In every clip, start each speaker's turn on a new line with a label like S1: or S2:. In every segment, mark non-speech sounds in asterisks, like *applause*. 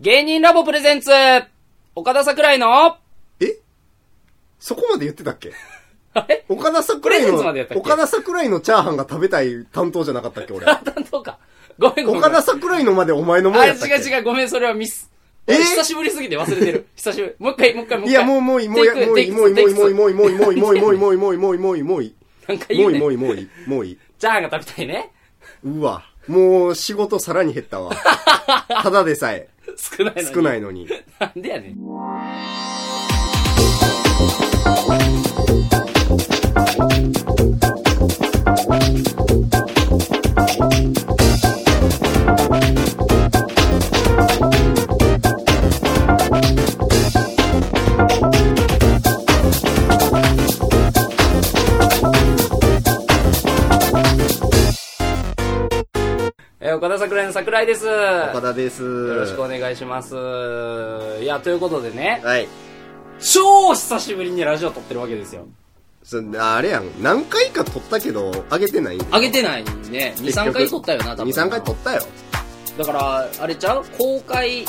S1: 芸人ラボプレゼンツ岡田桜井の
S2: えそこまで言ってたっけ
S1: あれ
S2: 岡田桜井
S1: プレゼンツまでやったっ
S2: の、
S1: け
S2: 岡田桜井のチャーハンが食べたい担当じゃなかったっけ俺。
S1: あ、担当か。ごめんごめん。
S2: 岡田桜井のまでお前のもん
S1: あ、違
S2: や
S1: う
S2: ったっけ
S1: 違う、ごめん、それはミス。
S2: え
S1: 久しぶりすぎて忘れてる。久しぶり。もう一回、もう一回、もう一回。
S2: いや、もうもういい、もうや、もういい、もういい、もういい、もういい、
S1: う。
S2: もういい、もういい、もういい、もういい、もういい、もういい、もういい、もういい、もういい、
S1: なんか言うね。
S2: もういい、もういい、もういい、もういい。
S1: チャーハンが食べたいね。
S2: うわ。もう仕事さらに減ったわ。ただでさえ
S1: 少ないのに。。
S2: 少ないいのに。
S1: *laughs* なんでやねん。えー岡田桜井の桜井です。
S2: 岡田です。
S1: よろしくお願いします。いや、ということでね、
S2: はい。
S1: 超久しぶりにラジオ撮ってるわけですよ。
S2: そあれやん。何回か撮ったけど、上げてないんだよ
S1: 上げてないね。2、3回撮ったよな、多分。
S2: 2、3回撮ったよ。
S1: だから、あれちゃう公開、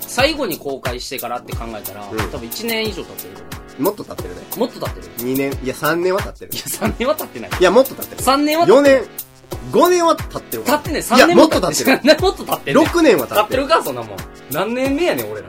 S1: 最後に公開してからって考えたら、
S2: うん
S1: 多分1年以上経ってると思
S2: もっと経ってるね。
S1: う。もっと *laughs* 経ってる。
S2: 2年、いや3年は経ってる
S1: い。や、3年は経ってない。
S2: いや、もっと経ってる。
S1: 3年は
S2: 4年、5年は経ってるわ
S1: 経ってない。3
S2: いや、
S1: 年
S2: も
S1: も
S2: っと経ってる。
S1: てない。もっと経ってる。
S2: 6年は経
S1: 経っ
S2: っ
S1: てて
S2: る
S1: る。か、そんなもん。何年目やねん、俺ら。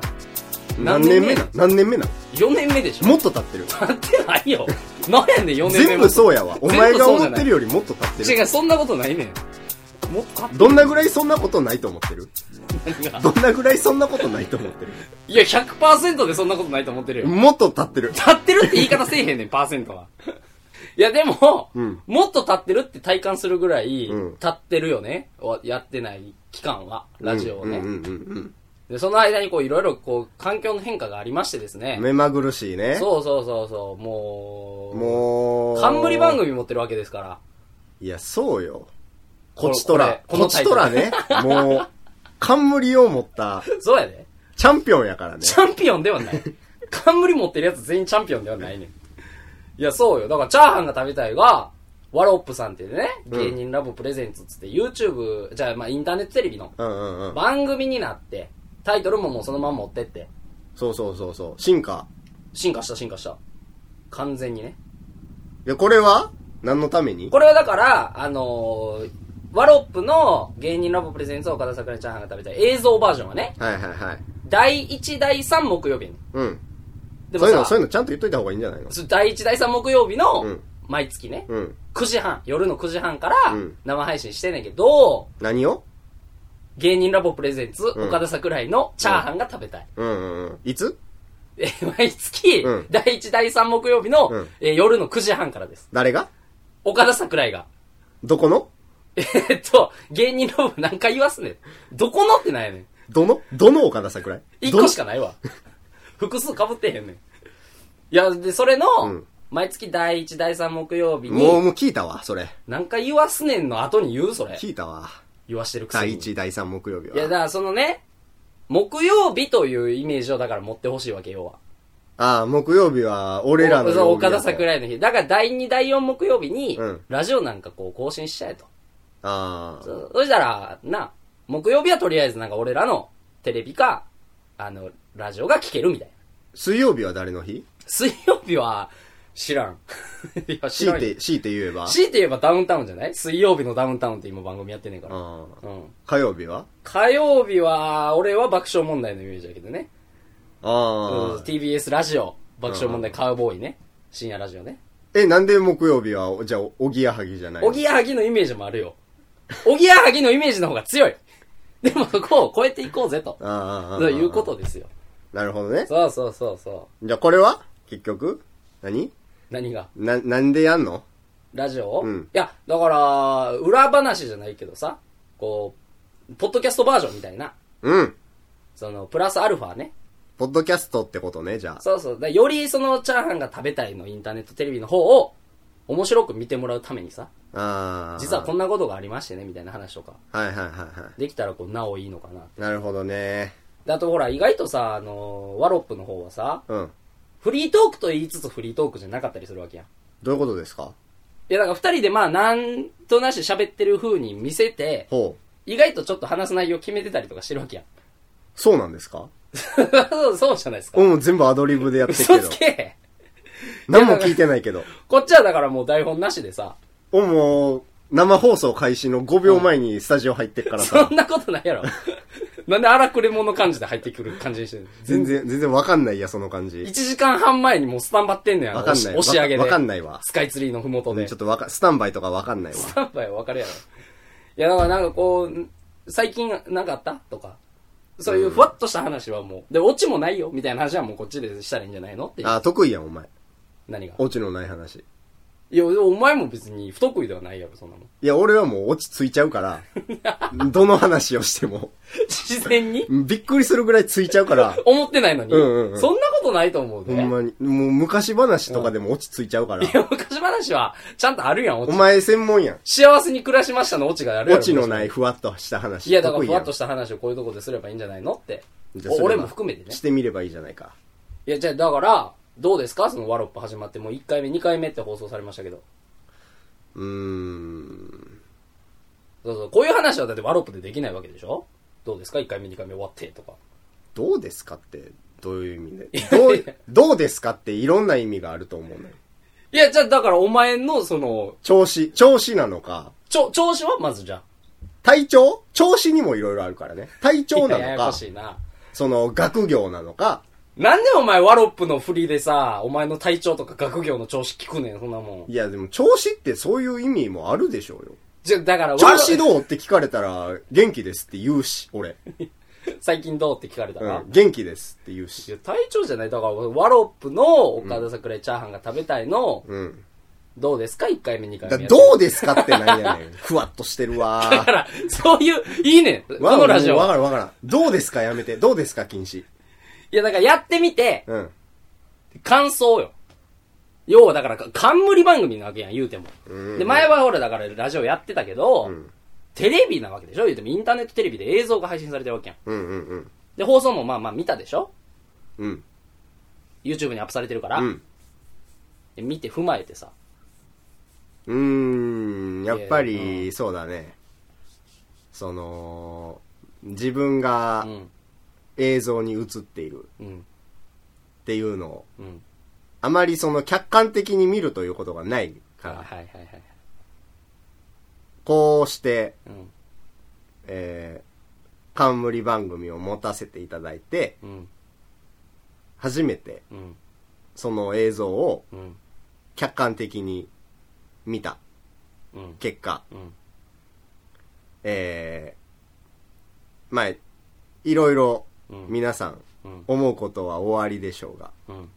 S2: 何年目なん何年目なん
S1: 4年目でしょ。
S2: もっと経ってる。
S1: 経ってないよ。何やねん、4年目
S2: 全
S1: も
S2: 部。そうやわ。お前
S1: 全部
S2: が
S1: そうじ
S2: 思
S1: ゃ
S2: っ
S1: ない
S2: てるよりもっと経って
S1: 違
S2: る。
S1: う、そんなことないねん。もっと経っ
S2: どんなぐらいそんなことないと思ってる
S1: てないが。
S2: どんなぐらいそんなことないと思ってる
S1: いや、100%でそんなことないと思ってるよ。
S2: もっと経ってる。
S1: 立ってるって言い方せえへんねん、パーセント
S2: *laughs*
S1: は。いや、でも、
S2: うん
S1: もっと立ってるって体感するぐらい、
S2: うん
S1: 立ってるよね。おやってない期間は、ラジオをね。
S2: うんうんうん
S1: で、その間にこう、いろいろこう、環境の変化がありましてです
S2: う
S1: ね
S2: ん。。目まぐるしいね。
S1: そうそうそうそう、もう、
S2: もう。
S1: 冠番組持ってるわけですから。
S2: いや、そうよ。
S1: こ
S2: こちとら。
S1: これこ
S2: こ
S1: のタ
S2: ち
S1: イト
S2: と
S1: ル
S2: らね。もう、冠を持った
S1: そうやで。
S2: チャンピオンやからね
S1: *laughs* チ。ャンピオンではない。冠持ってるやつ全員チャンピオンではないねん。いや、そうよ。だから、チャーハンが食べたいが、ワロップさんっていうね、
S2: うん
S1: 芸人ラボプレゼンツっつって、YouTube、じゃあ、まあ、インターネットテレビの
S2: うんうんうん。
S1: 番組になって、タイトルももうそのまま持ってって、
S2: そうそうそうそう。進化。
S1: 進化した進化した。完全にね。
S2: いや、これは何のために
S1: これはだから、あのーワロップの芸人ラボプレゼンツ岡田桜井チャーハンが食べたい映像バージョンはね、
S2: はいはいはい。
S1: 第1、第3木曜日に。
S2: うん。
S1: で
S2: そういうの、そういう
S1: う
S2: のちゃんと言っといた方がいいんじゃないの
S1: 第1、第3木曜日の
S2: うん、
S1: 毎月ね、
S2: うん。
S1: 9時半、夜の9時半から
S2: うん
S1: 生配信してんねんけど、
S2: 何を
S1: 芸人ラボプレゼンツ、
S2: うん
S1: 岡田桜井のチャーハンが食べたい。
S2: うんうんうん。いつ
S1: え毎月、
S2: うん
S1: 第1、第3木曜日の、
S2: うん
S1: えー夜の9時半からです。
S2: 誰が
S1: 岡田桜井が。 *laughs*
S2: どこの
S1: えーっと、芸人ラボ何回言わすねん。どこのってなんやねん。
S2: どのどの岡田桜井
S1: 1個し
S2: か。
S1: かないわ。 *laughs* 複数被ってへんねん。いや、で、それの、
S2: うん
S1: 毎月第1、第3木曜日
S2: どもう、
S1: に、
S2: もう聞いたわ、それ。
S1: 何回言わすねんの後に言うそれ。
S2: 聞いたわ。
S1: 言わしてるくせに。
S2: 第1、第3木曜日は。
S1: いや、だからそのね、木曜日というイメージをだから持ってほしいわけ、要は。
S2: ああ、木曜日は、俺らの曜日
S1: そ
S2: や
S1: う
S2: と。
S1: 岡田桜井の日。だから第2、第4木曜日に
S2: うん、
S1: ラジオなんかこう更新しちゃえと。
S2: ああ。
S1: そそしたら、な、木曜日はとりあえずなんか俺らのテレビか、あの、ラジオが聞けるみたいな。
S2: 水曜日は誰の日
S1: 水曜日は、知らん。 *laughs* いや、知
S2: 強
S1: ら
S2: い
S1: んよ。
S2: て、強いて言えば。
S1: 強いて言えばダウンタウンじゃない水曜日のダウンタウンって今番組やってんねんから。
S2: ああ。
S1: うん。
S2: 火曜日は
S1: 火曜日は、俺は爆笑問題のイメージだけどね。う
S2: あ
S1: ん
S2: あ。
S1: TBS ラジオ、爆笑問題カウボーイね。深夜ラジオね。
S2: え、なんで木曜日は、じゃあ、おぎやはぎじゃないの
S1: おぎやはぎのイメージもあるよ。おぎやはぎのイメージの方が強い。でもそこを超えていこうぜと。
S2: ああああああ。
S1: ということですよ。
S2: なるほどね。
S1: そうそうそうそ
S2: じゃあこれは結局何
S1: う。何が
S2: な、なんでやんの
S1: ラジオ、
S2: うん
S1: いや、だから、裏話じゃないけどさ、こう、ポッドキャストバージョンみたいな、
S2: うん。
S1: その、プラスアルファね。
S2: ポッドキャストってことね、じゃあ。
S1: そうそう。だよりその、チャーハンが食べたいのインターネットテレビの方を、面白く見てもらうためにさ、
S2: ああ。
S1: 実はこ
S2: ん
S1: んなことがありましてね、みたいな話とか、
S2: はいはいはいは
S1: できたらこう、なおいいのかな。
S2: い。なるほどね。
S1: であとほら、意外とさ、あのーワロップの方はさ、
S2: うん。
S1: フリートークと言いつつフリートークじゃなかったりするわけやん。い
S2: どういうことですか
S1: や、だから二人でまあ、なんとなし喋ってる風に見せて、
S2: ほう。
S1: 意外とちょっと話す内容決めてたりとかしてるわけやん。 *laughs*
S2: そうなんですか
S1: そうじゃないですか。
S2: うん、全部アドリブでやってるけ
S1: 嘘
S2: ど
S1: つ。け
S2: 何も聞いてないけど。
S1: こっちはだからもう台本なしでさ、
S2: おもう、生放送開始の5秒前にスタジオ入ってっからさ
S1: そ、んなことないやろ。なんで荒くれ者感じで入ってくる感じにしてんの
S2: 全然、全然わかんないや、その感じ。
S1: 1時間半前にもうスタンバってんのやろ。
S2: わかんない
S1: 押し押し上げで。
S2: わわかんないわ
S1: スカイツリーのふもと
S2: うん
S1: で。
S2: ちょっとわか、スタンバイとかわかんないわ。
S1: スタンバイはわかるやろ。いや、だからなんかこうん、最近なんかあったとか。そういうふわっとした話はもう。で、オチもないよみたいな話はもうこっちでしたらいいんじゃないのっていう。
S2: あ、得意やん、お前。
S1: 何が。
S2: オチのない話。
S1: いや、お前も別に不得意ではないやろ、そんなもん。
S2: いや、俺はもうオチついちゃう
S1: *laughs*
S2: から、どの話をしても。
S1: 自然に
S2: びっくりするぐらいついちゃうから、
S1: *laughs* 思ってないのに、
S2: うんうんうん
S1: そんなことないと思う
S2: ほ
S1: で。
S2: んまに。もう昔話とかでもオチついちゃうから
S1: い。や、昔話は、ちゃんとあるやん、オ
S2: お
S1: チ。
S2: 前専門やん。
S1: 幸せに暮らしましたのオチがあるや
S2: オ
S1: ろ。
S2: チのない
S1: 昔
S2: ふわっとした話。
S1: いや、だから
S2: 得意
S1: ふ
S2: や
S1: わ
S2: ん
S1: っとした話をこういうとこですればいいんじゃないのって
S2: じゃあ。それは
S1: 俺も含めてね
S2: し。てみればいいじゃないか。
S1: いや、じゃあ、だから、どうですかそのワロップ始まって、もう1回目、2回目って放送されましたけど。
S2: うーん。
S1: そうそう。こういう話はだってワロップでできないわけでしょどうですか ?1 回目、2回目終わって、とか。
S2: どうですかって、どういう意味で。どう、どうですかっていろんな意味があると思うのよ。
S1: いや、じゃあ、だからお前の、その、
S2: 調子、調子なのか、
S1: ちょ、調子はまずじゃあ。
S2: 体調調子にもいろいろあるからね。体調ない
S1: やや
S2: の
S1: やこ
S2: か、
S1: しいな。
S2: その学業なのか、
S1: なんでお前ワロップの振りでさ、お前の体調とか学業の調子聞くねん、そんなもん。
S2: いやでも調子ってそういう意味もあるでしょうよ。
S1: じゃあ、だからワロ
S2: 調子どうって聞かれたら、元気ですって言うし、俺。
S1: 最近どうって聞かれた
S2: う
S1: ら。
S2: ん、元気ですって言う
S1: い
S2: し。
S1: や体調じゃない。だから、ワロップの岡田桜井チャーハンが食べたいの、
S2: うん。
S1: どうですか ?1 回目、2回
S2: だ
S1: 目。
S2: どうですかってなんやねん。 *laughs* ふわっとして
S1: だ
S2: る
S1: *laughs*
S2: わ
S1: か。ら、そういう、いいねん。こ
S2: わ
S1: のラジオ
S2: わ
S1: は。
S2: からんわからん。どうですかやめて。どうですか禁止。
S1: いや、だからやってみて、
S2: うん。
S1: 感想よ。要はだから、冠番組なわけやん、言うても。
S2: うん
S1: で、前はほら、だからラジオやってたけど、
S2: うん
S1: テレビなわけでしょ言うても、インターネットテレビで映像が配信されてるわけやん。
S2: うんうんうん。
S1: で、放送もまあまあ見たでしょ
S2: うん。
S1: ?YouTube にアップされてるから。
S2: うん。
S1: で見て踏まえてさ。
S2: うーん、やっぱ
S1: いやいやう
S2: り、そうだね。その、自分が
S1: うん。
S2: 映像に映っている
S1: うん。
S2: っていうのを、
S1: うん。
S2: あまりその客観的に見るということがないか
S1: はいは
S2: ら、
S1: いはいはい。
S2: こうして、
S1: うん。
S2: えー、冠番組を持たせていただいて、
S1: うん。
S2: 初めて
S1: うん。
S2: その映像を
S1: うん。
S2: 客観的に見た
S1: うん。
S2: 結果、
S1: うん。
S2: えー、まあ、いろいろ
S1: うん
S2: 皆さん
S1: うん。
S2: 思うことは終わりでしょうが、
S1: うん。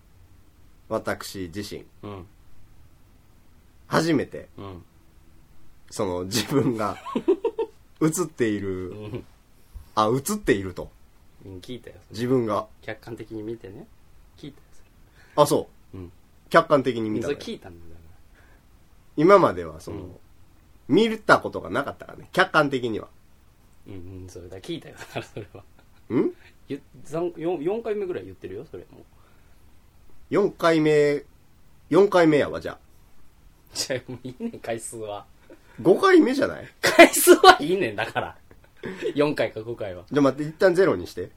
S2: 私自身、
S1: うん。
S2: 初めて、
S1: うん。
S2: その自分
S1: *laughs*
S2: が映っている、あ、映っていると。
S1: うん。聞いたよ。
S2: 自分が、
S1: 客観的に見てね。聞いたよ。それ
S2: あ、そう。
S1: うん
S2: 客観的に見た
S1: そ
S2: の
S1: れ
S2: よ、
S1: 聞いたんだよ。
S2: 今まではその、
S1: うん
S2: 見たことがなかったからね、客観的には。
S1: うんうん、それだ、聞いたよ。だからそれは。
S2: ん
S1: ゆ三四四回目ぐらい言ってるよ、それもう。
S2: 4回目、4回目やわ、じゃあ。
S1: じゃあ、もういいねん、回数は。
S2: 5回目じゃない
S1: *laughs* 回数はいいねん、だ
S2: *laughs*
S1: から。4回か5回は。
S2: じゃあ待って、一旦ゼロにして。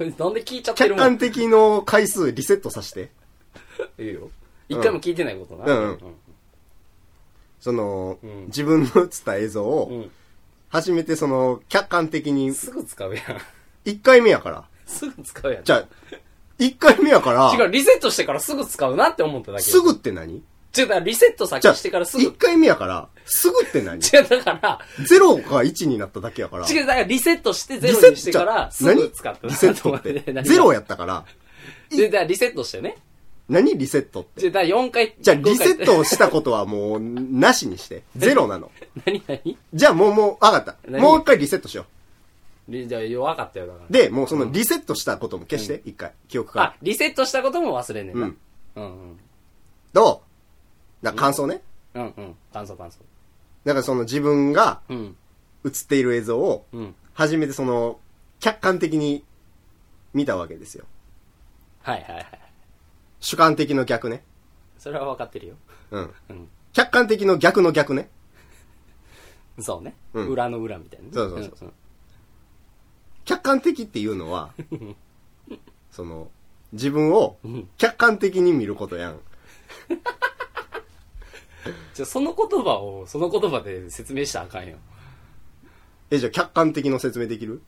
S1: 違う、なんで聞いちゃって
S2: 客
S1: るもん。
S2: 観的の回数リセットさせて。
S1: いいよ。一回も聞いてないことな。
S2: うんその、
S1: うん
S2: 自分の映った映像
S1: うん。
S2: を、
S1: うん
S2: 初めてその、客観的に、
S1: すぐ使うやん。 *laughs*
S2: 1回目やから。
S1: すぐ使うやん。
S2: じゃあ、1回目やから、
S1: 違う、リセットしてからすぐ使うなって思っただけ。
S2: すぐって何
S1: 違う、だからリセット
S2: じゃ
S1: 先
S2: あ、
S1: してからすぐ。
S2: 1回目やから、すぐっ
S1: *laughs*
S2: て何
S1: 違う、だから、
S2: ?0 が1になっただけやから。
S1: 違う、だからリセットしてゼ
S2: リ
S1: ロ
S2: セッ
S1: に
S2: ト
S1: してから、す
S2: じゃあ
S1: ぐ
S2: 何
S1: 使った。
S2: リセットっ
S1: *laughs* 何
S2: て。
S1: が
S2: ゼロやったから、
S1: で、だからリセットしてね。
S2: 何リセットって。
S1: じゃあ、だから4回。
S2: じゃあ、リセット
S1: を。
S2: をしたことはもう、なしに
S1: *laughs*
S2: して。ゼロなの。
S1: 何何
S2: じゃあもう、もう、わかった。
S1: 何
S2: もう一回リセットしよ
S1: リじゃあ、弱かったよ、だから
S2: う。。で、もうそのリセットしたことも消して、一回。記憶から
S1: あ。、リセットしたことも忘れねえな。
S2: う
S1: うん
S2: ん。
S1: うん
S2: どうだから感想ね。
S1: うん。うんうん。感想感想。
S2: だからその自分が
S1: うん。
S2: 映っている映像を、
S1: うん。
S2: 初めてその、客観的に見たわけですよ。
S1: はいはいはい。
S2: 主観的の逆ね。
S1: それは分かってるよ。
S2: うん。
S1: うん。
S2: 客観的の逆の逆ね。
S1: そうね。
S2: うん
S1: 裏の裏みたいなね。
S2: そうそうそうん
S1: ん
S2: 客観的っていう
S1: *laughs*
S2: のは、その、自分を
S1: ん
S2: 客観的に見ることやん。
S1: じゃあその言葉を、その言葉で説明したらあかんよ。
S2: え、じゃあ客観的の説明できる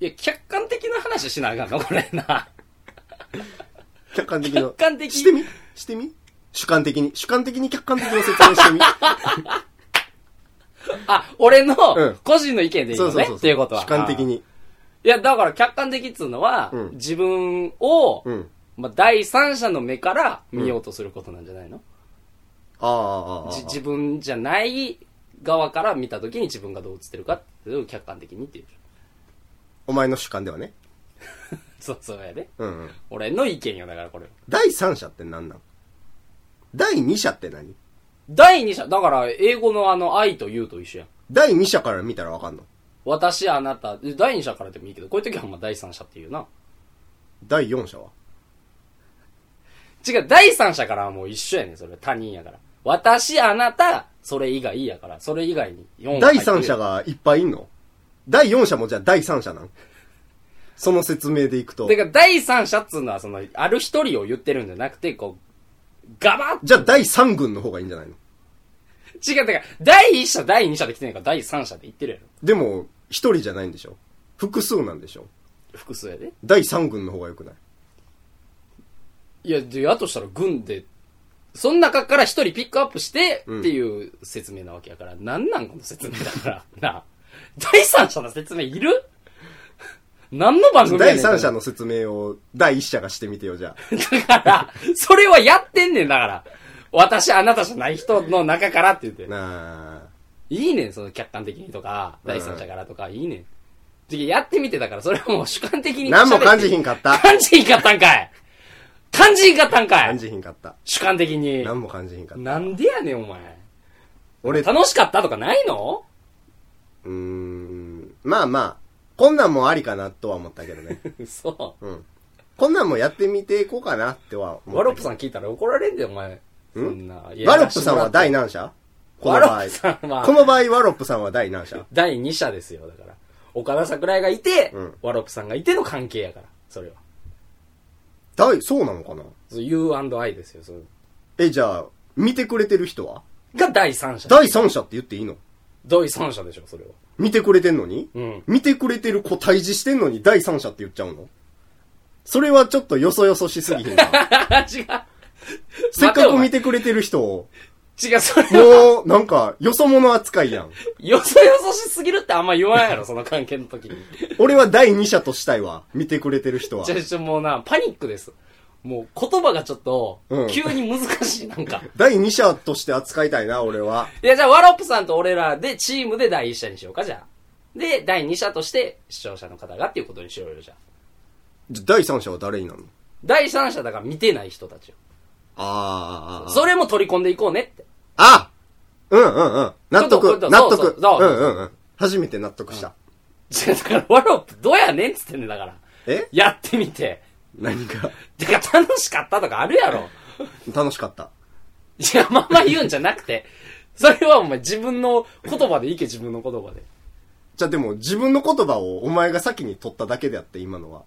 S1: いや、客観的な話しなあかんのこれな。
S2: 客観的の。
S1: *laughs* 客観的
S2: してみしてみ主観的に。主観的に客観的の説
S1: *laughs*
S2: 明してみ
S1: *laughs* あ、俺の
S2: うん
S1: 個人の意見でいいのね、っていうことは。
S2: 主観的に。
S1: いや、だから客観的っつうのは、
S2: うん
S1: 自分を、
S2: うん。
S1: まあ、第三者の目から見ようとすることなんじゃないの、
S2: ああ、ああ、あ
S1: じ
S2: あ。
S1: 自分じゃない側から見た時に自分がどう映ってるかっていうのを客観的にっていう。 *laughs*
S2: お前の主観ではね。
S1: そう、そうやで。
S2: うん、うん。
S1: 俺の意見よ、だからこれ。
S2: 第三者って何なん第二者って何
S1: 第二者、だから英語のあの、愛と言うと一緒やん。
S2: 第二者から見たらわかんの
S1: 私、あなた、え第二者からでもいいけど、こういう時はほんま第三者っていうな。
S2: 第四者は
S1: 違う、第三者からはもう一緒やねん、それ。他人やから。私、あなた、それ以外やから。それ以外に4
S2: 第三者。がいっぱいいんの第四者もじゃあ第三者なんその説明でいくと
S1: て。か、第三者っつうのは、その、ある一人を言ってるんじゃなくて、こう、ガバッ
S2: じゃあ第三軍の方がいいんじゃないの
S1: 違う、てか、第一者、第二者で来てないから、第三者で言ってるやろ。
S2: でも、一人じゃないんでしょ複数なんでしょ
S1: 複数やで。
S2: 第三軍の方が良くない
S1: いや、で、やとしたら軍で、その中から一人ピックアップして、っていう説明なわけやから、なんなんこの説明だから、 *laughs* なあ。第三者の説明いる何の番組やね
S2: 第
S1: ん
S2: 三者の説明を第一者がしてみてよ、じゃあ。
S1: *laughs* だから、それはやってんねんだから。私、あなたじゃない人の中からって言って。
S2: なあ。
S1: いいねん、その客観的にとか、第三者からとか、いいねん。次やってみてだから、それはもう主観的に。
S2: 何も感じひんかった。
S1: 感じひんかったんかい感じひんかったんか
S2: 感
S1: い
S2: じひんかった。
S1: 主観的に。
S2: 何も感じひんかった。
S1: なんでやねん、お前。
S2: 俺、う
S1: 楽しかったとかないの
S2: ーん、まあまあ、こんなんもありかなとは思ったけどね。
S1: そ
S2: うん。こんなんもやってみていこうかなっては
S1: う。ワ
S2: 思ったけど。
S1: ロップさん聞いたら怒られんで、お前。そんな。いや
S2: ワロップさんは第何社この場合。
S1: ワロップさんは
S2: この場合、ワロップさんは第何社
S1: 第2者ですよ、だから。岡田桜井がいて、
S2: うん
S1: ワロップさんがいての関係やから、それは。
S2: 第、そうなのかな
S1: そう U&I ですよ、それ。
S2: え、じゃあ、見てくれてる人は
S1: が第三者。
S2: 第三者って言っていいの
S1: 第三者でしょ、それは。
S2: 見てくれてんのに、
S1: うん
S2: 見てくれてる子対峙してんのに第三者って言っちゃうのそれはちょっとよそよそしすぎひ
S1: *laughs*
S2: んか。
S1: 違う。
S2: せっかく見
S1: て。
S2: てくれてる人を、
S1: 違う、それは、
S2: もう、なんか、よそ者扱いやん。
S1: よそよそしすぎるってあんま言わんや
S2: *laughs*
S1: ろ、その関係の時に。
S2: 俺は第二者としたいわ。見てくれてる人は
S1: ち。ょ、ちょ、もうな、パニックです。もう言葉がちょっと
S2: うん、
S1: 急に難
S2: *laughs*
S1: しい、なんか。
S2: 第二者として扱いたいな、俺は。
S1: いや、じゃあ、ワロップさんと俺らで、チームで第一者にしようか、じゃあ。で、第二者として、視聴者の方がっていうことにしようよ、じゃあ。
S2: じゃ第三者は誰になるの
S1: 第三者だから見てない人たちよ。
S2: あーあーあー。
S1: それも取り込んでいこうねって。
S2: あうんうんうん。納
S1: そう
S2: 得
S1: そ。う
S2: 納得。
S1: そうそう
S2: う
S1: そうん
S2: うんうん。初めて納得した。
S1: じゃあだから、ワロップどうやねんっつってんねんだから。
S2: え
S1: やってみて。
S2: 何か、
S1: てか、楽しかったとかあるやろ。
S2: 楽しかった。
S1: いや、まんま言うんじゃなくて。それはお前自分の言葉でいけ、自分の言葉で。
S2: じゃあでも自分の言葉をお前が先に取っただけであって、今のは。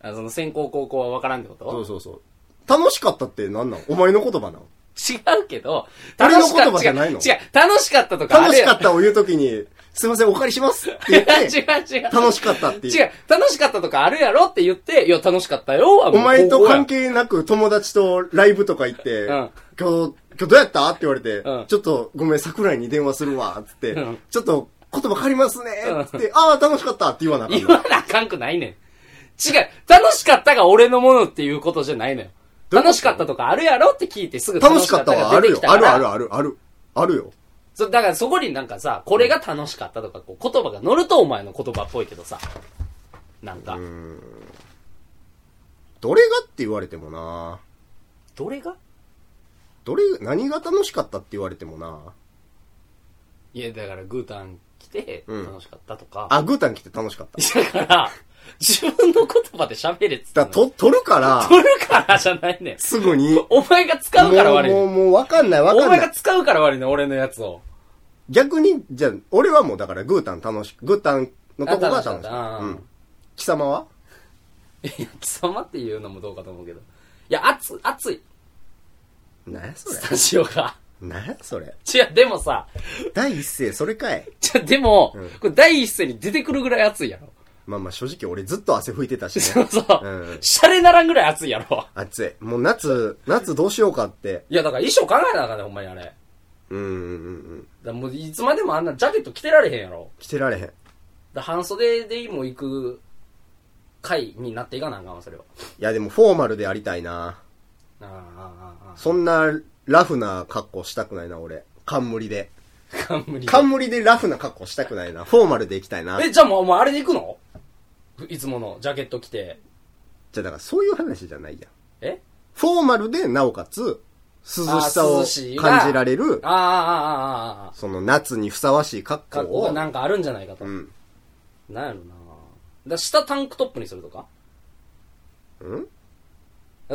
S1: あその先行後攻は分からんってこと
S2: そうそうそう。楽しかったって何なのお前の言葉なの
S1: 違うけど、
S2: 俺の
S1: 楽しか
S2: 言葉じゃないの
S1: 違う、違う楽しかったとかあ
S2: 楽
S1: る
S2: し
S1: やろ
S2: かったを言うときに、すいません、お借りしますって言っ
S1: 違
S2: て、
S1: う *laughs* 違う。
S2: 楽しかったって
S1: 違
S2: 言う。
S1: う、楽しかったとかあるやろって言って、いや、楽しかったよはも
S2: お
S1: う
S2: 前と関
S1: 係。
S2: 係なく友達とライブとか行って、
S1: うん
S2: 今日、今日どうやったって言われて、
S1: うん
S2: ちょっとごめん、桜井に電話するわ、つって、
S1: うん
S2: ちょっと言葉借りますね、つって、ああ、楽しかったって言わなあかん
S1: 言
S2: の
S1: わなあかんくないねん。違う、楽しかったが俺のものっていうことじゃないのよ。
S2: どういうこと
S1: 楽しかったとかあるやろって聞いてすぐ
S2: 楽しかったはあるよ。あるある
S1: る。
S2: ある、ある。あるよ。
S1: そうだからそこになんかさ、これが楽しかったとか、こう言葉が乗るとお前の言葉っぽいけどさ。なんか、
S2: どれがって言われてもな
S1: どれが
S2: どれ、何が楽しかったって言われてもない
S1: や、だからグータン来て、
S2: うん
S1: 楽しかったとか。
S2: あ、グータン来て楽しかった。
S1: だから、自分の言葉で喋れっつって
S2: だ
S1: ん
S2: から
S1: の
S2: と、取るから、
S1: 取るからじゃないねん。
S2: すぐに、
S1: お前が使うから悪い
S2: も
S1: ね。
S2: うんもう、もうわかんないわ
S1: お
S2: かん
S1: 前
S2: な
S1: が
S2: い。
S1: 使うから悪いねん、俺のやつを。
S2: 逆に、じゃあ、俺はもうだからグータン楽し、グータンのとこが
S1: あ楽し
S2: 楽しい。
S1: かった
S2: うん。貴様はい
S1: や、貴様っていうのもどうかと思うけど。いや、暑、暑い。
S2: なんやそれ
S1: スタジオが。
S2: *laughs* なんやそれ
S1: 違う、でもさ、
S2: 第一声それかい。
S1: じゃ、でも、
S2: うん
S1: これ第一声に出てくるぐらい暑いやろ。
S2: まあまあ正直俺ずっと汗拭いてたし
S1: そ
S2: ね
S1: *laughs* う。そう
S2: うん。
S1: シャレならんぐらい暑いやろ。
S2: 暑い。もう夏、夏どうしようかって。
S1: いや、だから衣装考えなあかんね、ほんまにあれ。だか
S2: うんうんうんうん。
S1: らもういつまでもあんなジャケット着てられへんやろ。
S2: 着てられへん。
S1: だから半袖でも行く回になっていかなあかんわ、それは。
S2: いやでもフォーマルでありたいな。
S1: ああ、ああ、あ
S2: そんなラフな格好したくないな俺。冠で。
S1: あ。冠で。
S2: 冠でラフな格好したくないな。フォーマルで行きたいな。
S1: え、じゃあもう、もうあれで行くのいつものジャケット着て。
S2: じゃあだからそういう話じゃないやん。
S1: え
S2: フォーマルでなおかつ、涼しさ
S1: あー
S2: を
S1: 涼しいが
S2: 感じられる、
S1: ああ、ああ、ああ、ああ。
S2: その夏にふさわしい格
S1: 格
S2: 好
S1: 好が
S2: を。
S1: なんかあるんじゃないかと。
S2: うん。
S1: なんやろなだから下タンクトップにするとか
S2: うん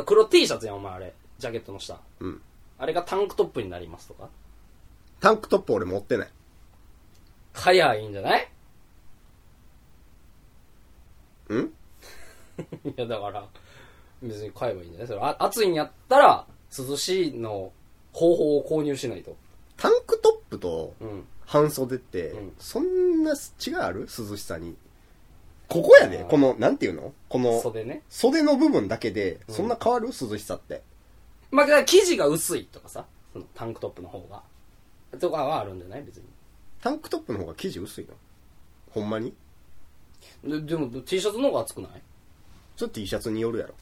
S1: 黒 T シャツやん、お前あれ。ジャケットの下。
S2: うん。
S1: あれがタンクトップになりますとか。
S2: タンクトップ俺持ってない。
S1: かやいいんじゃない
S2: うん
S1: いや、だから、別に買えばいいんじゃないそれ、あ暑いんやったら、涼しいの方法を購入しないと。
S2: タンクトップと
S1: うん。
S2: 半袖って、
S1: うん
S2: そんな違いある涼しさに。ここやで
S1: あー
S2: この、なんていうのこの、
S1: 袖ね。
S2: 袖の部分だけで、
S1: ん
S2: そんな変わる涼しさって。
S1: まあ、だから生地が薄いとかさ、そのタンクトップの方が。とかはあるんじゃない別に。
S2: タンクトップの方が生地薄いのほんまに
S1: ででも T シャツの方が暑くない
S2: それ T シャツによるやろ。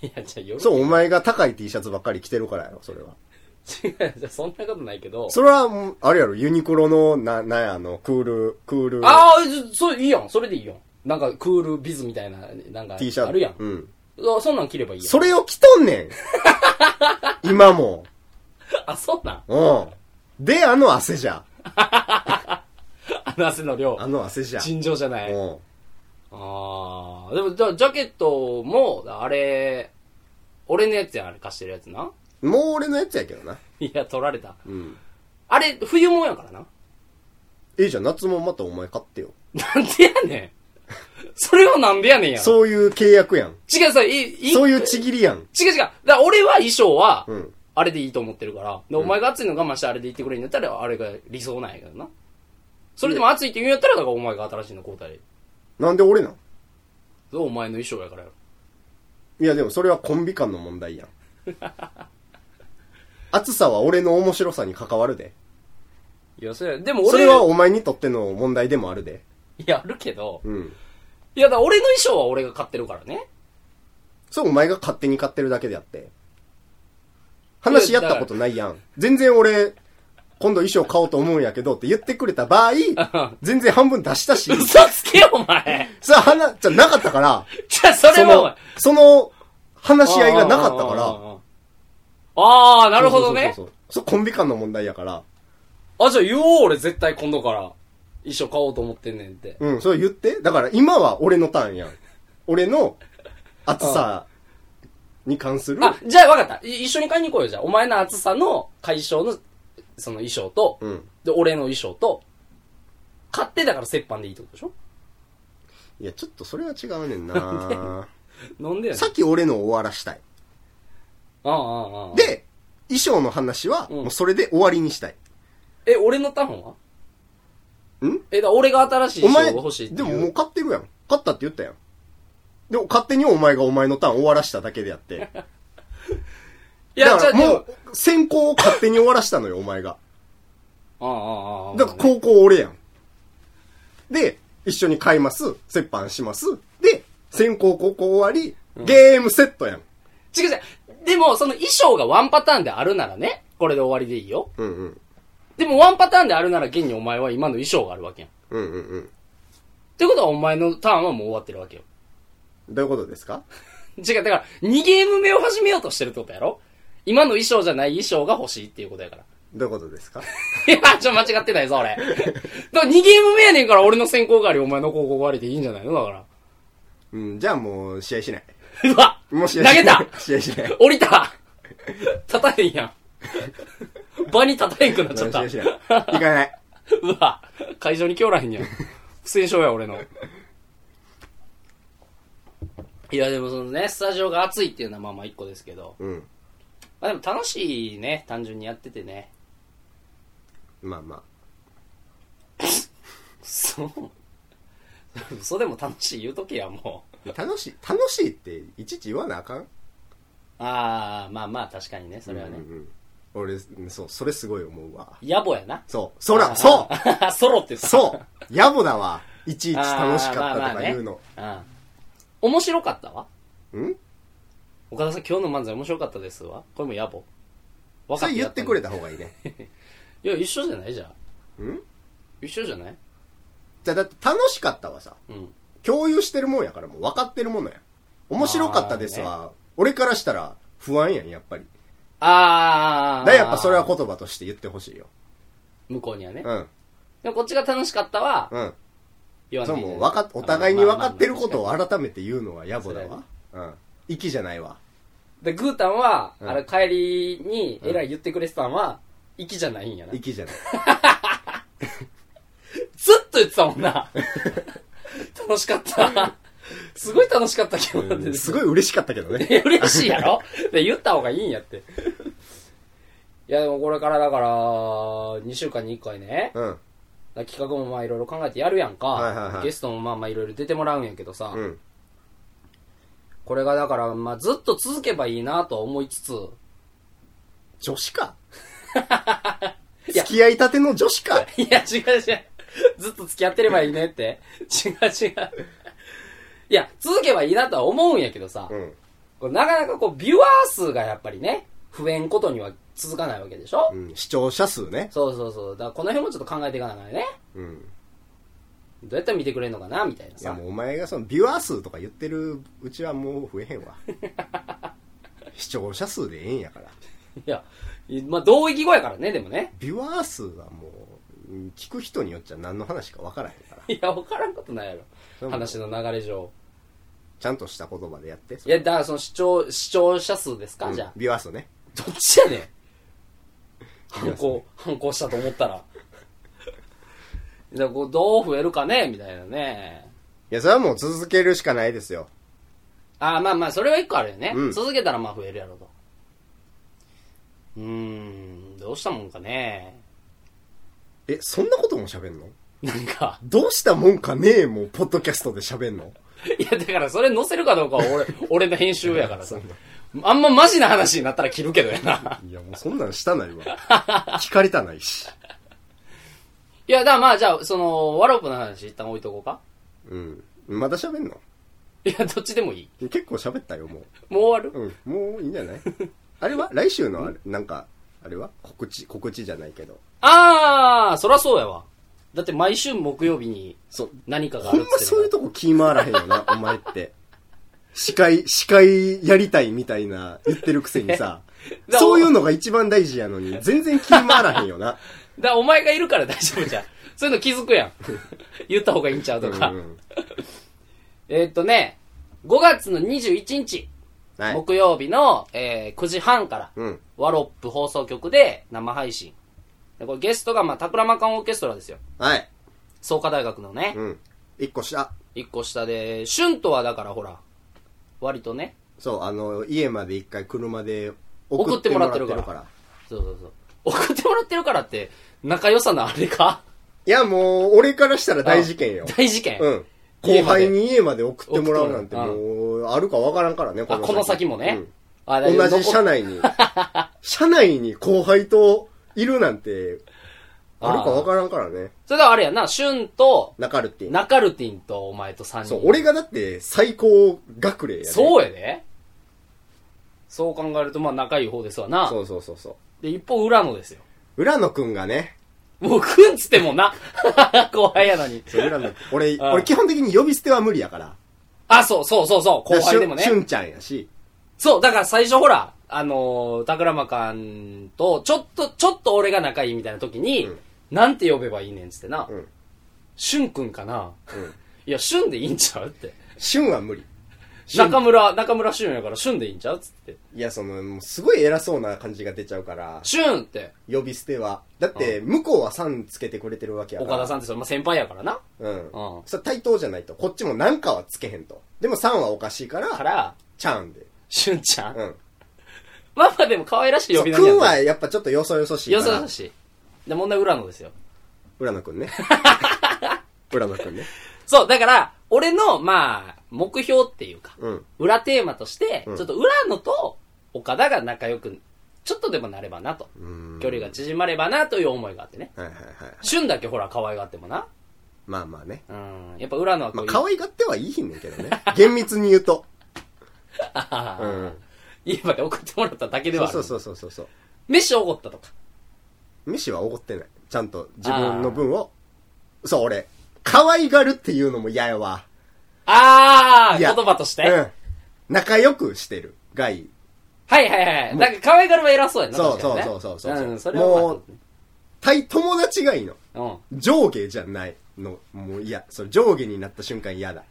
S1: いや、じゃあよ
S2: そう、お前が高い T シャツばっかり着てるからやろ、それは。
S1: *laughs* 違う、じゃあそんなことないけど。
S2: それはもう、あれやろ、ユニクロの、な、なんや、あの、クール、クール
S1: ああ、じゃそう、いいやん。それでいいよ。なんか、クールビズみたいな、なんか、
S2: T シャツ。
S1: あるやん。
S2: うん。
S1: あそんなん着ればいいやん。
S2: それを着とんねん今も。
S1: あ、そうなん。
S2: うん。で、あの汗じゃ。
S1: あの汗の量。
S2: あの汗じゃ。
S1: 尋常じゃない。
S2: うん。
S1: ああ、でも、じゃあジャケットも、あれ、俺のやつやん、あれ貸してるやつな。
S2: もう俺のやつやけどな。
S1: *laughs* いや、取られた。
S2: うん。
S1: あれ、冬もんやからな。
S2: ええじゃん、夏もまたお前買ってよ。
S1: なんでやねん。それはなんでやねんやろ。
S2: そういう契約やん。
S1: 違うさ、い、い、
S2: そういうちぎりやん。
S1: 違う違う。だから俺は衣装は
S2: う、ん。
S1: あれでいいと思ってるから。で、お前が暑いの我慢してあれで言ってくれるんやったら、あれが理想なんやけどな。それでも暑いって言うんやったら、だからお前が新しいの交代で。
S2: なんで俺なん
S1: それはお前の衣装やからやろ。
S2: いやでもそれはコンビ間の問
S1: *laughs*
S2: 題やん。暑さは俺の面白さに関わるで。
S1: いや、それ、でも俺、
S2: それはお前にとっての問題でもあるで。
S1: いや、あるけど。
S2: うん。
S1: いや、だから俺の衣装は俺が買ってるからね。
S2: それお前が勝手に買ってるだけであって。話やったことないやん。全然俺、今度衣装買おうと思うんやけどって言ってくれ
S1: *laughs*
S2: た場合、全然半分出したし、
S1: 嘘つけよ、お前
S2: さあ話、じゃなかったから、
S1: じゃ *laughs* あ、それ
S2: そ
S1: はお前
S2: の、、その、話し合いがなかったから、
S1: あーあーあーあーあー、なるほどね
S2: そう。そうそうそうコンビ間の問題やから。
S1: あ、じゃあ言おう、俺絶対今度から。衣装買おうと思ってんねんって。
S2: うん、それ言って。だから今は俺のターンやん。俺の暑さに関する。
S1: あ、じゃあ分かった。い一緒に買いに行こうよ、じゃあ。お前の暑さの解消の、その衣装と、
S2: うん。
S1: で、俺の衣装と、買ってだから折半でいいってことでしょ
S2: いや、ちょっとそれは違うねんな
S1: なんでやねん。
S2: さっき俺の終わらしたい。
S1: ああ、ああ、ああ。、
S2: で、衣装の話は、
S1: うん
S2: もうそれで終わりにしたい。
S1: え、俺のターンは
S2: ん
S1: え、だから俺が新しい
S2: お
S1: 衣装
S2: 前、
S1: が欲しいっていう。
S2: でももう買ってるやん。買ったって言ったやん。でも勝手にお前がお前のターン終わらしただけであって。
S1: *laughs* いや、
S2: だ
S1: じゃ
S2: か
S1: あ
S2: らも
S1: も
S2: う、先行を勝手に終わらしたのよ、お
S1: *laughs*
S2: 前が。
S1: ああ、ああ、ああ。
S2: だから高校俺やん。で、一緒に買います。折半します。で、先行高校終わり、ゲームセットやん。
S1: 違う違う。でも、その衣装がワンパターンであるならね、これで終わりでいいよ。
S2: うんうん。
S1: でもワンパターンであるなら、現にお前は今の衣装があるわけやん。っ
S2: うんうんうん。
S1: てことはお前のターンはもう終わってるわけよ。
S2: どういうことですか
S1: 違う、だから、2ゲーム目を始めようとしてるってことやろ今の衣装じゃない衣装が欲しいっていうことやから。 *laughs*
S2: どういうことですか
S1: いや、ちょ、間違ってないぞ、俺。だから2ゲーム目やねんから、俺の先行があり、お前の高校がありでいいんじゃないのだから。
S2: うん、じゃあもう試合しない。
S1: うわ
S2: もう試
S1: 投
S2: 合し
S1: げ
S2: ない *laughs*
S1: た
S2: 試合しない。
S1: 降りた立たへんやん。 *laughs* 場に立たへんくなっちゃった。 *laughs*
S2: もう試合しない。行かない。
S1: うわ、会場に今日らへんやん。不戦勝や、俺の。いや、でもそのね、スタジオが暑いっていうのはまあまあ一個ですけど。
S2: うん。
S1: まあでも楽しいね、単純にやっててね。
S2: まあまあ。
S1: そう。嘘でも楽しい言う *laughs* ときや、もう。
S2: 楽しい、楽しいっていちいち言わなあかん
S1: ああ、まあまあ確かにね、それはね
S2: うん。うんうん俺、そう、それすごい思うわ。
S1: 野暮やな。
S2: そう、そら、そ
S1: *laughs*
S2: う
S1: ソロってさ。
S2: そう野暮だわ。いちいち楽しかったとか言うの。
S1: うん。面白かったわ。
S2: うん
S1: 岡田さん、今日の漫才面白かったですわ。これも野暮。分
S2: それ言ってくれ
S1: た。
S2: た方がいいね。
S1: いや、一緒じゃないじゃん。
S2: うん
S1: 一緒じゃない
S2: じゃあだって楽しかったはさ、
S1: うん。
S2: 共有してるもんやからもう分かってるものや。面白かったですわ。俺からしたら不安やん、やっぱり。
S1: あー。
S2: だからやっぱそれは言葉として言ってほしいよ。
S1: 向こうにはね。
S2: うん。
S1: でもこっちが楽しかったは、
S2: うん。
S1: 言わ
S2: そ
S1: な
S2: う
S1: い
S2: もう分かっ、お互いに分かってるこ
S1: を
S2: とを改めて言うのは野暮だ
S1: そう
S2: わ。うん。息じゃないわ。
S1: で、グータンは、
S2: うん
S1: あれ、帰りに、えらい言ってくれてたんは、息じゃないんやな。ずっ
S2: 息じゃない。
S1: と言ってたもん
S2: *laughs*
S1: な。楽しかった。すごい楽しかった今日なん
S2: う
S1: で
S2: ん
S1: す。
S2: すごい嬉しかったけどね。
S1: *laughs* いや嬉しいやろで、言った方がいいんやって。いや、でもこれからだから、2週間に1回ね、
S2: うん。
S1: だから企画もまあいろいろ考えてやるやんか、
S2: はいはいはい
S1: ゲストもまあまあいろいろ出てもらうんやけどさ、
S2: うん。
S1: これがだから、まあずっと続けばいいなとは思いつ *laughs* つ、
S2: 女子か。
S1: いや
S2: *laughs* 付き合いたての女子か。
S1: いや、違う違う。ずっと付き合ってればいいねって。 *laughs* 違う違う。いや、続けばいいなとは思うんやけどさ、
S2: うん。
S1: これなかなかこう、ビュアー数がやっぱりね、増えんことには続かないわけでしょ、
S2: うん。視聴者数ね。
S1: そうそうそう。だからこの辺もちょっと考えていかながらね。
S2: うん。
S1: どうやったら見てくれるのかなみたいない
S2: や
S1: さ
S2: も。うお前がそのビュアー数とか言ってるうちはもう増えへ
S1: *laughs*
S2: んわ視聴者数でええんやから
S1: いや、いまあ、同意義語やからね、でもね。
S2: ビュアー数はもううん聞く人によっちゃ何の話か分からへんから
S1: いや、わからんことないや
S2: で
S1: ろ。
S2: も
S1: 話の流れ上。
S2: ちゃんとした言葉でやって
S1: いや、だからその視聴、視聴者数ですか、
S2: うん
S1: じゃあ。
S2: ビュアー数ね
S1: どっちや
S2: *laughs*
S1: ねん。反抗、反抗したと思ったら。でこうどう増えるかねみたいなね。
S2: いやそれはもう続けるしかないですよ
S1: ああ、まあまあ、それは一個あるよね。
S2: うん
S1: 続けたらまあ増えるやろうと。うーん、どうしたもんかね。
S2: えそんなことも喋んの
S1: なんか、
S2: どうしたもんかねえもうポッドキャストで喋んの
S1: いや、だからそれ載せるかどうかは
S2: *laughs*
S1: 俺、俺の編集やからさ。あんまマジな話になったら切るけどや
S2: *laughs*
S1: な。
S2: いやもうそんなんしたないわ *laughs* 聞かれたないし
S1: いや、だからまあ、じゃあ、その、ワロープの話一旦置いとこうか。
S2: うんまだ喋んの
S1: いや、どっちでもいい。
S2: 結構喋ったよもう
S1: もう終わる
S2: うん、もういいんじゃないあれは来週のあれ、なんか、あれは告知、告知じゃないけど。
S1: あー、そらそうやわ。だって毎週木曜日に
S2: そう。
S1: 何かがあ
S2: ほん
S1: るっつ
S2: ま
S1: って、
S2: そういうとこ気回らへんよな、お *laughs* 前って。司会、司会やりたいみたいな言ってるくせに *laughs* さ
S1: だ
S2: そういうのが一番大事やのに、全然気回らへんよ *laughs* な。
S1: だからお前がいるから大丈夫
S2: *laughs*
S1: じゃん。そういうの気づくやん。言った方がいいんちゃうとか。
S2: うん
S1: えーっとね、5月の21日、
S2: はい。
S1: 木曜日の、えー9時半から、
S2: うん。
S1: ワロップ放送局で生配信。でこれゲストが、まあ、タクラマカンオーケストラですよ。
S2: はい。
S1: 創価大学のね、
S2: うん。一個した。
S1: 一個下で、シュンとはだからほら、割とね、
S2: そう、あの、家まで一回車で
S1: 送ってもらってるから
S2: 送ら
S1: そうそうそう。送ってもらってるからって、仲良さのあれか
S2: いや、もう、俺からしたら大事件よ。
S1: 大事件。
S2: うん。
S1: 家
S2: 後
S1: まで
S2: 輩に家まで送ってもらうなんて
S1: 送って
S2: も
S1: もらう
S2: う、あるかわからんからね、
S1: あ、この先もね。あ
S2: うん同じ車
S1: 車
S2: 内に、
S1: *laughs*
S2: 車内に後輩といるなんて、あるかわからんからね。
S1: それだからあれやな、シュンと、
S2: ナカルティン。
S1: ナカルティンとお前と3人。
S2: そう、俺がだって最高学齢やね。
S1: そうやで。そう考えると、まあ仲いい方ですわな。
S2: そうそうそうそう。
S1: で、一方、浦野ですよ。
S2: 浦野くんがね、
S1: もう、くんつってもな。 *laughs* 後輩やのに。
S2: そう浦野くん
S1: *laughs*
S2: 俺、
S1: ああ
S2: 俺基本的に呼び捨ては無理やから。
S1: あ、そうそうそうそう、後輩でも
S2: しゅんしゅ
S1: ね。
S2: んちゃんやし。
S1: そう、だから最初ほら、あのー、タクラマカンと、ちょっと、ちょっと俺が仲いいみたいな時に、
S2: うん
S1: なんて呼べばいいねんっつってな。
S2: うん。
S1: シュンくんかな。
S2: うん。
S1: いや、シュンでいいんちゃうって。
S2: しゅんは無理。
S1: 中村、中村俊やから、俊でいいんちゃうつって。
S2: いや、その、もうすごい偉そうな感じが出ちゃうから、
S1: 俊って、
S2: 呼び捨ては。だって、向こうはさんつけてくれてるわけやから。
S1: 岡田さんってそれ、まあ、先輩やからな。
S2: うん。
S1: うん
S2: それ対等じゃないと。こっちもなんかはつけへんと。でもさんはおかしいか、
S1: からら、
S2: ちゃうんで。
S1: 俊ちゃん。
S2: うん。
S1: まあまあでも可愛らしい
S2: そ
S1: 呼び
S2: う、
S1: 名
S2: く
S1: に
S2: ん
S1: はな
S2: は
S1: る。
S2: やっぱちょっとよそよそしい
S1: よ
S2: か
S1: そ
S2: ら。
S1: よそしい。で、問題は浦野ですよ。
S2: 浦野くん
S1: *laughs*
S2: ね。浦野くんね。
S1: そう、だから、俺の、まあ、目標っていうか、
S2: うん。
S1: 裏テーマとして、
S2: うん
S1: ちょっと浦野と岡田が仲良く、ちょっとでもなればなと。
S2: うん
S1: 距離が縮まればなという思いがあってね。
S2: はいはいはい。
S1: 俊だけほら可愛がってもな。
S2: まあまあね。
S1: うん。やっぱ浦野はこ
S2: まあ
S1: ういう。
S2: 可愛がってはいいひんねんけどね。厳密に言うと。うん。
S1: *laughs* 言えばね、送ってもらっただけではある。
S2: そうそうそうそうそう。
S1: 飯おごったとか。
S2: 飯はおごってない。ちゃんと自分の分を。そう、俺。可愛がるっていうのも嫌やわ。
S1: あー
S2: いや
S1: 言葉として、
S2: うん。仲良くしてる。がいい。
S1: はいはいはい。なんか可愛がるは偉そうやな。
S2: そう
S1: 確かにね
S2: そうそうそうそう
S1: うん、それは、まあ、
S2: もう対友達がいいの。
S1: うん。
S2: 上下じゃないの。もう嫌。それ上下になった瞬間嫌だ。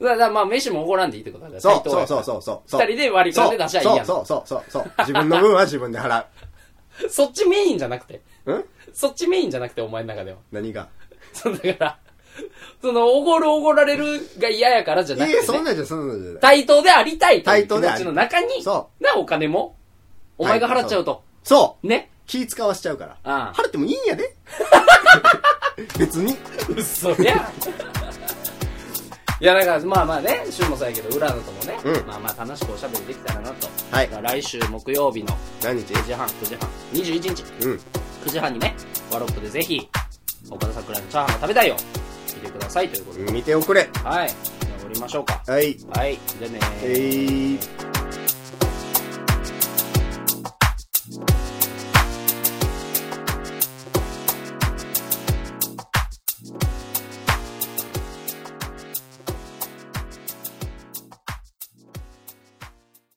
S1: だからまあ、飯もおごらんでいいってことだね。
S2: そう
S1: 対等
S2: そ
S1: や
S2: う
S1: から
S2: そうそうそう。
S1: 二人で割り勘で出しゃいいやん
S2: そうそうそうそうそう。自分の分は自分で払
S1: そっちメインじゃなくて。
S2: う。ん
S1: そっちメインじゃなくて、お前の中では。
S2: 何が
S1: そう、だから、 *laughs* その、おごるおごられるが嫌やからじゃ
S2: い
S1: な
S2: や
S1: くて、
S2: いや、
S1: ね。
S2: そんなんじゃ、そんなんじゃない。
S1: 対等でありたいという
S2: 対
S1: 気
S2: 等であ
S1: 持
S2: り
S1: ちの中に、
S2: そ
S1: な、お金も、お前が払っちゃうと。
S2: そう
S1: ね。
S2: 気使わしちゃうから。
S1: ああ
S2: 払ってもいいん
S1: *laughs*
S2: やで。別に。
S1: 嘘や。いや、だから、まあまあね、週もそうやけど、浦野ともね、
S2: うん
S1: まあまあ楽しくおしゃべりできたらなと。
S2: はい
S1: だから来週木曜日の
S2: 何日
S1: 9時半、9時半、21日、
S2: うん。
S1: 9時半にね、ワロップでぜひ、岡田桜のチャーハンが食べたいよ。見てくださいということで。
S2: 見ておくれ。
S1: はい。じゃあ降りましょうか。
S2: はい。
S1: はい。じゃあねー
S2: えー。